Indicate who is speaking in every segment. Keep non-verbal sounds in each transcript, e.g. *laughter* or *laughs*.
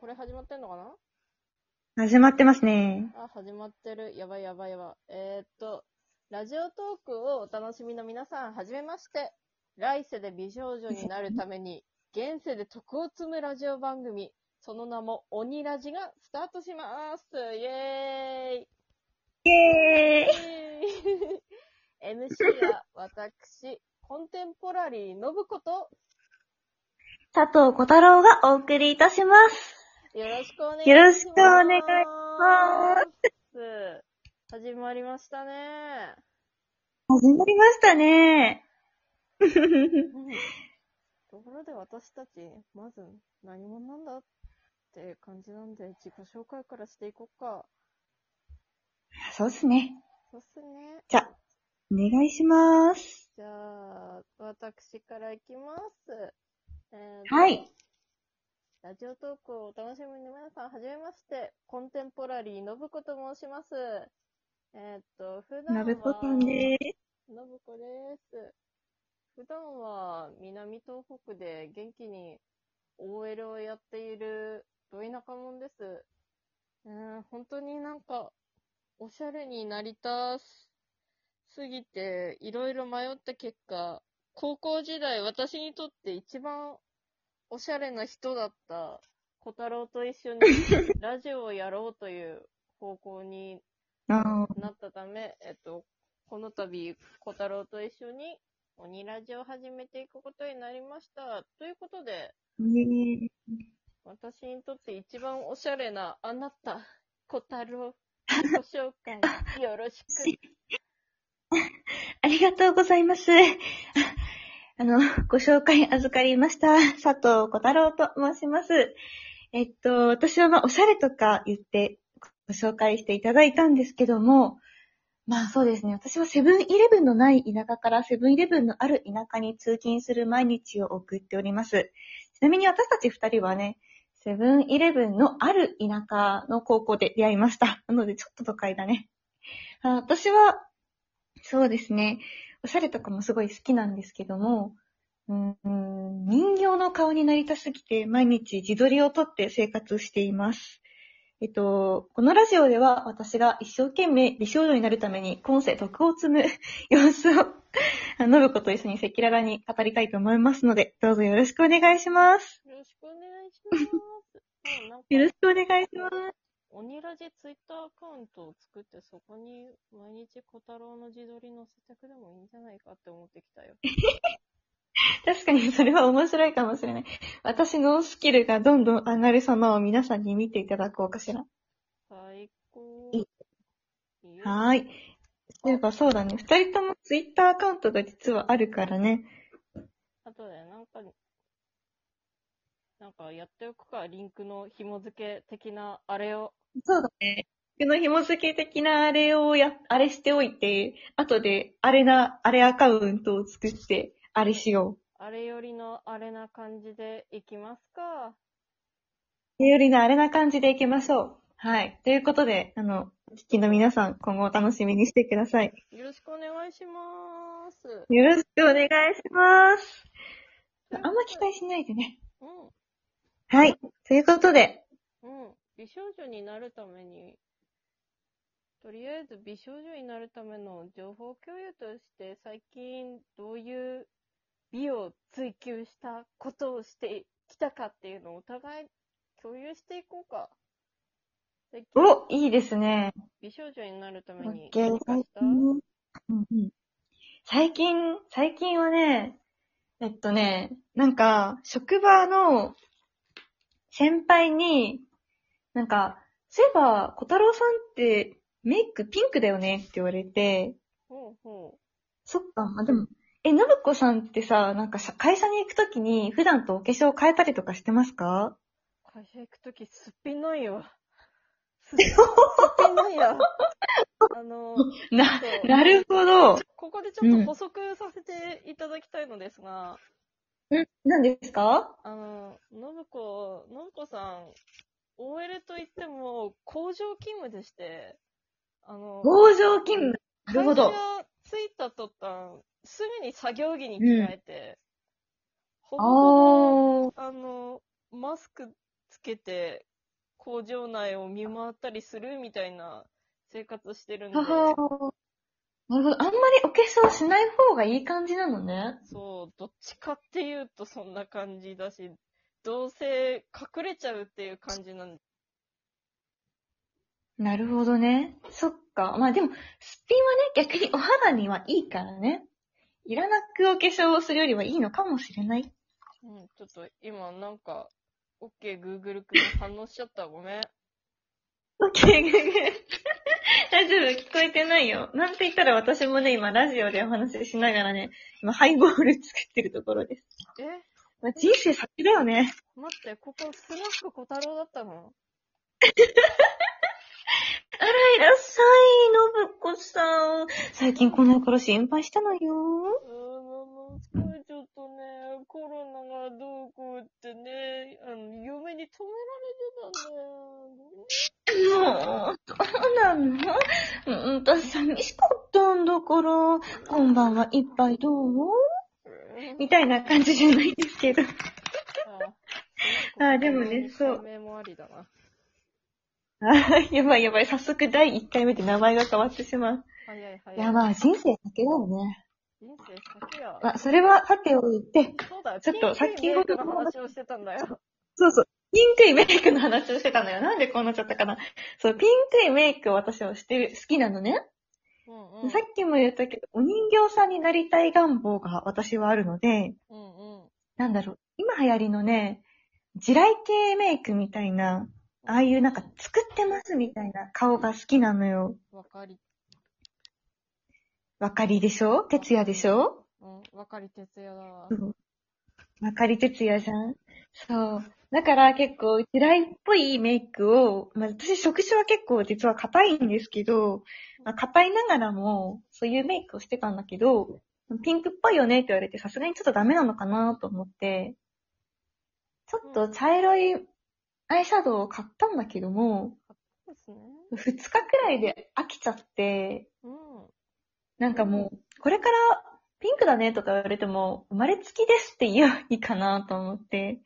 Speaker 1: これ始まってんのかな
Speaker 2: 始まってますね。
Speaker 1: あ、始まってる。やばいやばいやばい。えー、っと、ラジオトークをお楽しみの皆さん、はじめまして。来世で美少女になるために、 *laughs* 現世で徳を積むラジオ番組、その名も鬼ラジがスタートします。イエーイ
Speaker 2: イェーイ *laughs*
Speaker 1: MC は私、コンテンポラリーのぶこと、
Speaker 2: 佐藤小太郎がお送りいたします。
Speaker 1: よろしくお願いします。。
Speaker 2: よろしくお願いします
Speaker 1: 始まりましたね。
Speaker 2: 始まりましたね。
Speaker 1: *laughs* ところで私たち、まず何者なんだって感じなんで、自己紹介からしていこうか。
Speaker 2: そうですね。
Speaker 1: そうっすね。
Speaker 2: じゃあ、お願いします。
Speaker 1: じゃあ、私からいきます。えーと
Speaker 2: はい。
Speaker 1: ラジオトークをお楽しみの皆さん、はじめまして。コンテンポラリーのぶこと申します。えーっと、普段は、
Speaker 2: なべこさんで
Speaker 1: のぶこです。普段は南東北で元気に OL をやっているど田舎者です。うん、本当になんか、おしゃれになりたすすぎて、いろいろ迷った結果、高校時代私にとって一番おしゃれな人だった小太郎と一緒にラジオをやろうという方向に
Speaker 2: す。あ
Speaker 1: なったため、えっと、この度、小太郎と一緒に、鬼ラジオを始めていくことになりました。ということで、
Speaker 2: ーイェーイ
Speaker 1: 私にとって一番おしゃれなあなた、小太郎、自己紹介、よろしく。
Speaker 2: ありがとうございます。 *laughs* あの、ご紹介預かりました。佐藤小太郎と申します。えっと、私はまあ、おしゃれとか言ってご紹介していただいたんですけども、まあそうですね、私はセブンイレブンのない田舎からセブンイレブンのある田舎に通勤する毎日を送っております。ちなみに私たち二人はね、セブンイレブンのある田舎の高校で出会いました。なのでちょっと都会だね。あ私は、そうですね、おしゃれとかもすごい好きなんですけども、うんうん人形の顔になりたすぎて毎日自撮りを撮って生活しています。えっと、このラジオでは私が一生懸命美少女になるために今世徳を積む *laughs* 様子を、あのぶこと一緒に赤裸々に語りたいと思いますので、どうぞよろしくお願いします。
Speaker 1: よろしくお願いします。もうなんか
Speaker 2: よろしくお願いします。
Speaker 1: 鬼ラジツイッターアカウントを作って、そこに毎日小太郎の自撮り載せてくでもいいんじゃないかって思ってきたよ。
Speaker 2: 確かにそれは面白いかもしれない。私のスキルがどんどん上がる様を皆さんに見ていただこうかしら。
Speaker 1: 最高。
Speaker 2: い
Speaker 1: いよ
Speaker 2: はーい。そういえばそうだね。二人ともツイッターアカウントが実はあるからね。
Speaker 1: あとで、なんか、なんかやっておくか、リンクの紐付け的なあれを。
Speaker 2: そうだね。僕の紐付け的なあれをや、あれしておいて、後であれな、あれアカウントを作って、あれしよう。
Speaker 1: あれよりのあれな感じでいきますか。
Speaker 2: それよりのあれな感じでいきましょう。はい。ということで、あの、お聞きの皆さん、今後お楽しみにしてください。
Speaker 1: よろしくお願いします。
Speaker 2: よろしくお願いします。あんま期待しないでね。はい。ということで、
Speaker 1: うん、うん。美少女になるために、とりあえず美少女になるための情報共有として、最近どういう美を追求したことをしてきたかっていうのをお互い共有していこうか。最近
Speaker 2: お、いいですね。
Speaker 1: 美少女になるため
Speaker 2: オ
Speaker 1: に
Speaker 2: ッケー
Speaker 1: 参加した
Speaker 2: うんうん最近、最近はね、えっとね、なんか、職場の先輩に、なんか、そういえば、小太郎さんってメイクピンクだよねって言われて、
Speaker 1: ほうほ
Speaker 2: そっか、まあ、でも、え、信子さんってさ、なんかさ会社に行くときに普段とお化粧変えたりとかしてますか
Speaker 1: う。会社行くときすっぴんないよ。すっすっぴんない
Speaker 2: *laughs*
Speaker 1: よ。あの、
Speaker 2: な、
Speaker 1: ちょっと
Speaker 2: なるほど。
Speaker 1: ここでちょっと補足させていただきたいのですが、
Speaker 2: ん何ですか
Speaker 1: あの、信子、信子さん、OL といっても工場勤務でして、あの、
Speaker 2: 工場勤務。なるほど
Speaker 1: 会社。着いた途端、すぐに作業着に着替えて、ほぼほぼ
Speaker 2: あー。
Speaker 1: あの、マスクつけて、工場内を見回ったりするみたいな生活してるんで
Speaker 2: は、はなるほど。あんまりお化粧しない方がいい感じなのね。
Speaker 1: そう、どっちかっていうとそんな感じだし、どうせ隠れちゃうっていう感じなんで、
Speaker 2: なるほどね。そっか。まあでも、すっぴんはね、逆にお肌にはいいからね。いらなくお化粧をするよりはいいのかもしれ *laughs* ない。
Speaker 1: うん、ちょっと今なんか、OK Google 君反応しちゃった。ごめん。
Speaker 2: OK, Google 大丈夫聞こえてないよ。なんて言ったら私もね、今ラジオでお話ししながらね、今ハイボール作ってるところです。
Speaker 1: え
Speaker 2: まあ、人生先だよね。
Speaker 1: 待って、ここスナック小太郎だったの
Speaker 2: あらいらっしゃい、信子さん。最近この頃心配したのよ。
Speaker 1: うーん、あの、ちょっとね、コロナがどうこうってね、あの、嫁に止められてたんだよ。
Speaker 2: もう、そうなのうん、私寂しかったんだから、今晩は一杯どうみたいな感じじゃないですけど。 *laughs*
Speaker 1: あ
Speaker 2: あでもねそう
Speaker 1: 名もありだな。
Speaker 2: あやばいやばい、早速第1回目で名前が変わってしまう。
Speaker 1: 早い早い。
Speaker 2: いや、まあ人生先だよね。
Speaker 1: 人生先や。
Speaker 2: まあ、それはさておいて、
Speaker 1: そうだ、
Speaker 2: ちょっとさっき
Speaker 1: ピン
Speaker 2: ほ
Speaker 1: ク
Speaker 2: ど
Speaker 1: の話をしてたんだよ。
Speaker 2: そうそう。ピンクイメイクの話をしてたのよ。なんでこうなっちゃったかな。そう、ピンクイメイクを私はしてる、好きなのね。
Speaker 1: うんうん。
Speaker 2: さっきも言ったけど、お人形さんになりたい願望が私はあるので、
Speaker 1: うんうん。
Speaker 2: なんだろう、今流行りのね、地雷系メイクみたいな、ああいうなんか作ってますみたいな顔が好きなのよ。
Speaker 1: わかり、
Speaker 2: わかりでしょ哲也でしょ
Speaker 1: うん、わかり徹也だわ。
Speaker 2: わかり哲也じゃんそう。だから結構、地雷っぽいメイクを、まあ私職種は結構実は硬いんですけど、まあ硬いながらも、そういうメイクをしてたんだけど、ピンクっぽいよねって言われて、さすがにちょっとダメなのかなと思って、ちょっと茶色いアイシャドウを買ったんだけども、
Speaker 1: そうですね。
Speaker 2: 2日くらいで飽きちゃって、
Speaker 1: うん。
Speaker 2: なんかもう、これからピンクだねとか言われても、生まれつきですって言うよりかなと思って。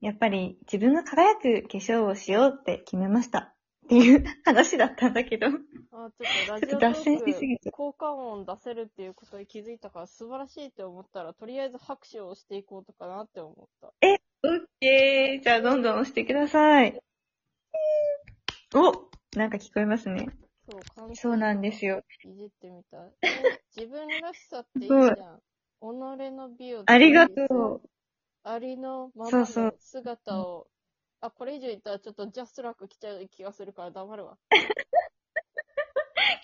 Speaker 2: やっぱり自分が輝く化粧をしようって決めました。っていう話だったんだけど。
Speaker 1: あ、ちょっとラジオト
Speaker 2: ちょっと *laughs* 脱線しすぎ
Speaker 1: ー
Speaker 2: ちゃ
Speaker 1: ク、効果音出せるっていうことに気づいたから素晴らしいって思ったら、とりあえず拍手をしていこうとかなって思った。
Speaker 2: オッケー。じゃあどんどん押してください。おなんか聞こえますね。
Speaker 1: そう、完成
Speaker 2: そうなんですよ。
Speaker 1: いじってみたい。
Speaker 2: *laughs*
Speaker 1: 自分らしさっていいじゃん。己の美を。
Speaker 2: ありがとう。
Speaker 1: ありのま
Speaker 2: そ
Speaker 1: ま
Speaker 2: うそう
Speaker 1: の姿を。あ、これ以上言ったらちょっとジャストラック来ちゃう気がするから黙るわ。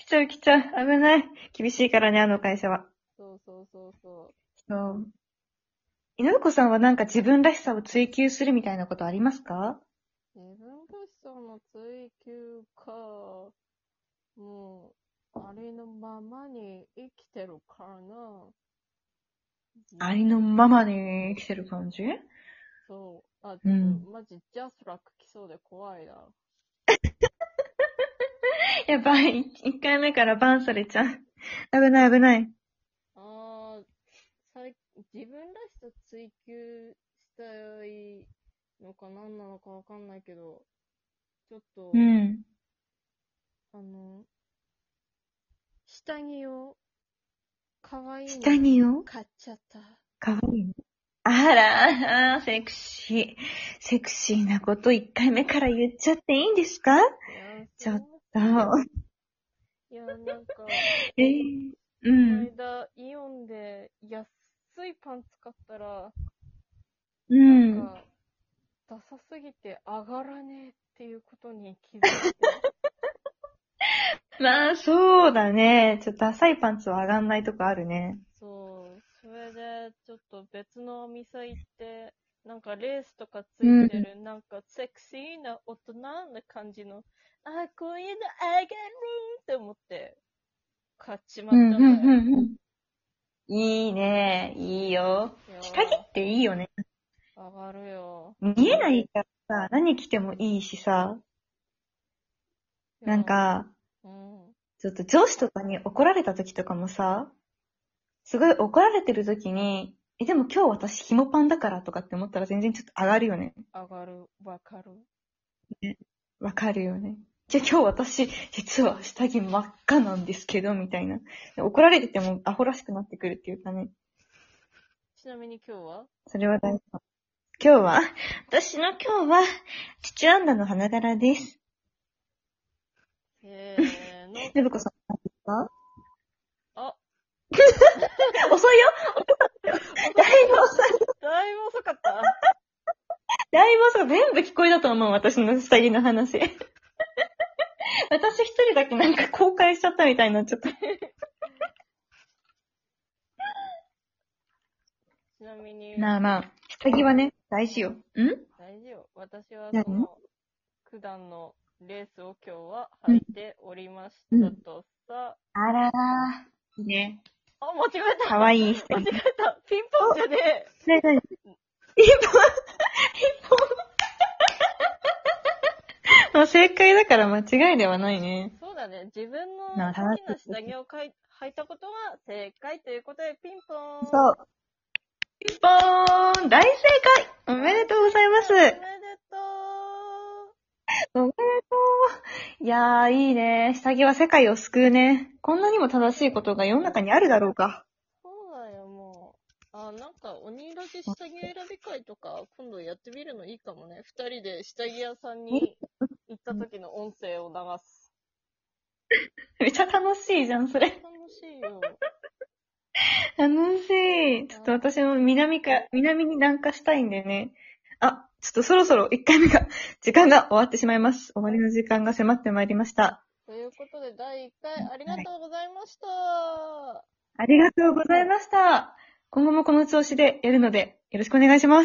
Speaker 2: 来ちゃう来ちゃう。危ない。厳しいからね、あの会社は。
Speaker 1: そうそうそうそ
Speaker 2: そう。井上子さんはなんか自分らしさを追求するみたいなことありますか
Speaker 1: う。自分らしさの追求か。もう、ありのままに生きてるからな。
Speaker 2: ありのままに生きてる感じ
Speaker 1: そう。あ、
Speaker 2: うん
Speaker 1: マジジャストラック来そうで怖いな。
Speaker 2: やばい。一回目からバンされちゃう。危ない危ない。
Speaker 1: ああ、最自分らしさ追求したいのか何なのかわかんないけど、ちょっと、
Speaker 2: うん。
Speaker 1: あの、下着を、かわいいの
Speaker 2: 下着を
Speaker 1: 買っちゃった。
Speaker 2: かわいいね。あら、あーセクシー。セクシーなこと一回目から言っちゃっていいんですかちょっそう。
Speaker 1: いや、なんか、
Speaker 2: えー、う
Speaker 1: この
Speaker 2: ん。
Speaker 1: 間、イオンで安いパン使ったら、
Speaker 2: う
Speaker 1: なん
Speaker 2: ん。
Speaker 1: か、ダサすぎて上がらねえっていうことに気づいて。
Speaker 2: まあ、そうだね。ちょっとダサいパンツは上がんないとこあるね。
Speaker 1: そう、それで、ちょっと別のお店行って、なんかレースとかついてる、なんかセクシーな大人な感じの、あ、こういうのあがりーって思って、買っちまっ
Speaker 2: う
Speaker 1: た
Speaker 2: ん、
Speaker 1: ん
Speaker 2: う
Speaker 1: だ
Speaker 2: ん
Speaker 1: よ。、
Speaker 2: うん、うん。いいね。いいよ。
Speaker 1: いやー
Speaker 2: 下着っていいよね。
Speaker 1: 上がるよ。
Speaker 2: 見えないからさ、何着てもいいしさ、
Speaker 1: いや
Speaker 2: なん、か、
Speaker 1: うん。
Speaker 2: ちょっと上司とかに怒られた時とかもさ、すごい怒られてる時に、え、でも今日私、ひもパンだからとかって思ったら全然ちょっと上がるよね。
Speaker 1: 上がる、わかる。
Speaker 2: わかるよね。じゃあ今日私、実は下着真っ赤なんですけど、みたいな。怒られててもアホらしくなってくるっていうかね。
Speaker 1: ちなみに今日は
Speaker 2: それは大事だ。今日は、私の今日は、チチュアンダの花柄です。
Speaker 1: せー
Speaker 2: *laughs*
Speaker 1: の。
Speaker 2: ねぶこさん、何ですか
Speaker 1: あ、
Speaker 2: 遅いよだいぶ遅い。
Speaker 1: だいぶ遅かった。
Speaker 2: だいぶ遅い。全部聞こえたと思う、私の下着の話。私一人だけなんか公開しちゃったみたいになっちゃった。
Speaker 1: ちなみに、
Speaker 2: まあまあ、下着はね、大事よ。ん
Speaker 1: 大事よ。私は
Speaker 2: 何
Speaker 1: その、九段のレースを今日は履いておりましたとさ、
Speaker 2: あらー。いいね。
Speaker 1: あ、間違えた
Speaker 2: かわいい下
Speaker 1: 間違
Speaker 2: 着。
Speaker 1: えたピンポンじゃねえ
Speaker 2: なになにピンポンピンポンもう正解だから間違いではないね。
Speaker 1: そうだね。自分の好きな
Speaker 2: なあ正しい
Speaker 1: 下着をかい履いたことは正解ということで、ピンポーン。
Speaker 2: そう。ピンポーン大正解おめでとうございます
Speaker 1: おめでと
Speaker 2: おめでとういやー、いいね。下着は世界を救うね。こんなにも正しいことが世の中にあるだろうか。
Speaker 1: う。そうだよ、もう。あ、なんか、鬼だけ下着選び会とか、今度やってみるのいいかもね。二人で下着屋さんに行った時の音声を流す。
Speaker 2: めちゃ楽しいじゃん、それ。
Speaker 1: 楽しいよ。
Speaker 2: 楽しい。ちょっと私も南か、南に南下したいんでね。あ、ちょっとそろそろ1回目が、時間が終わってしまいます。終わりの時間が迫ってまいりました。
Speaker 1: ということで、第1回ありがとうございました。
Speaker 2: ありがとうございました。今後もこの調子でやるので、よろしくお願いします。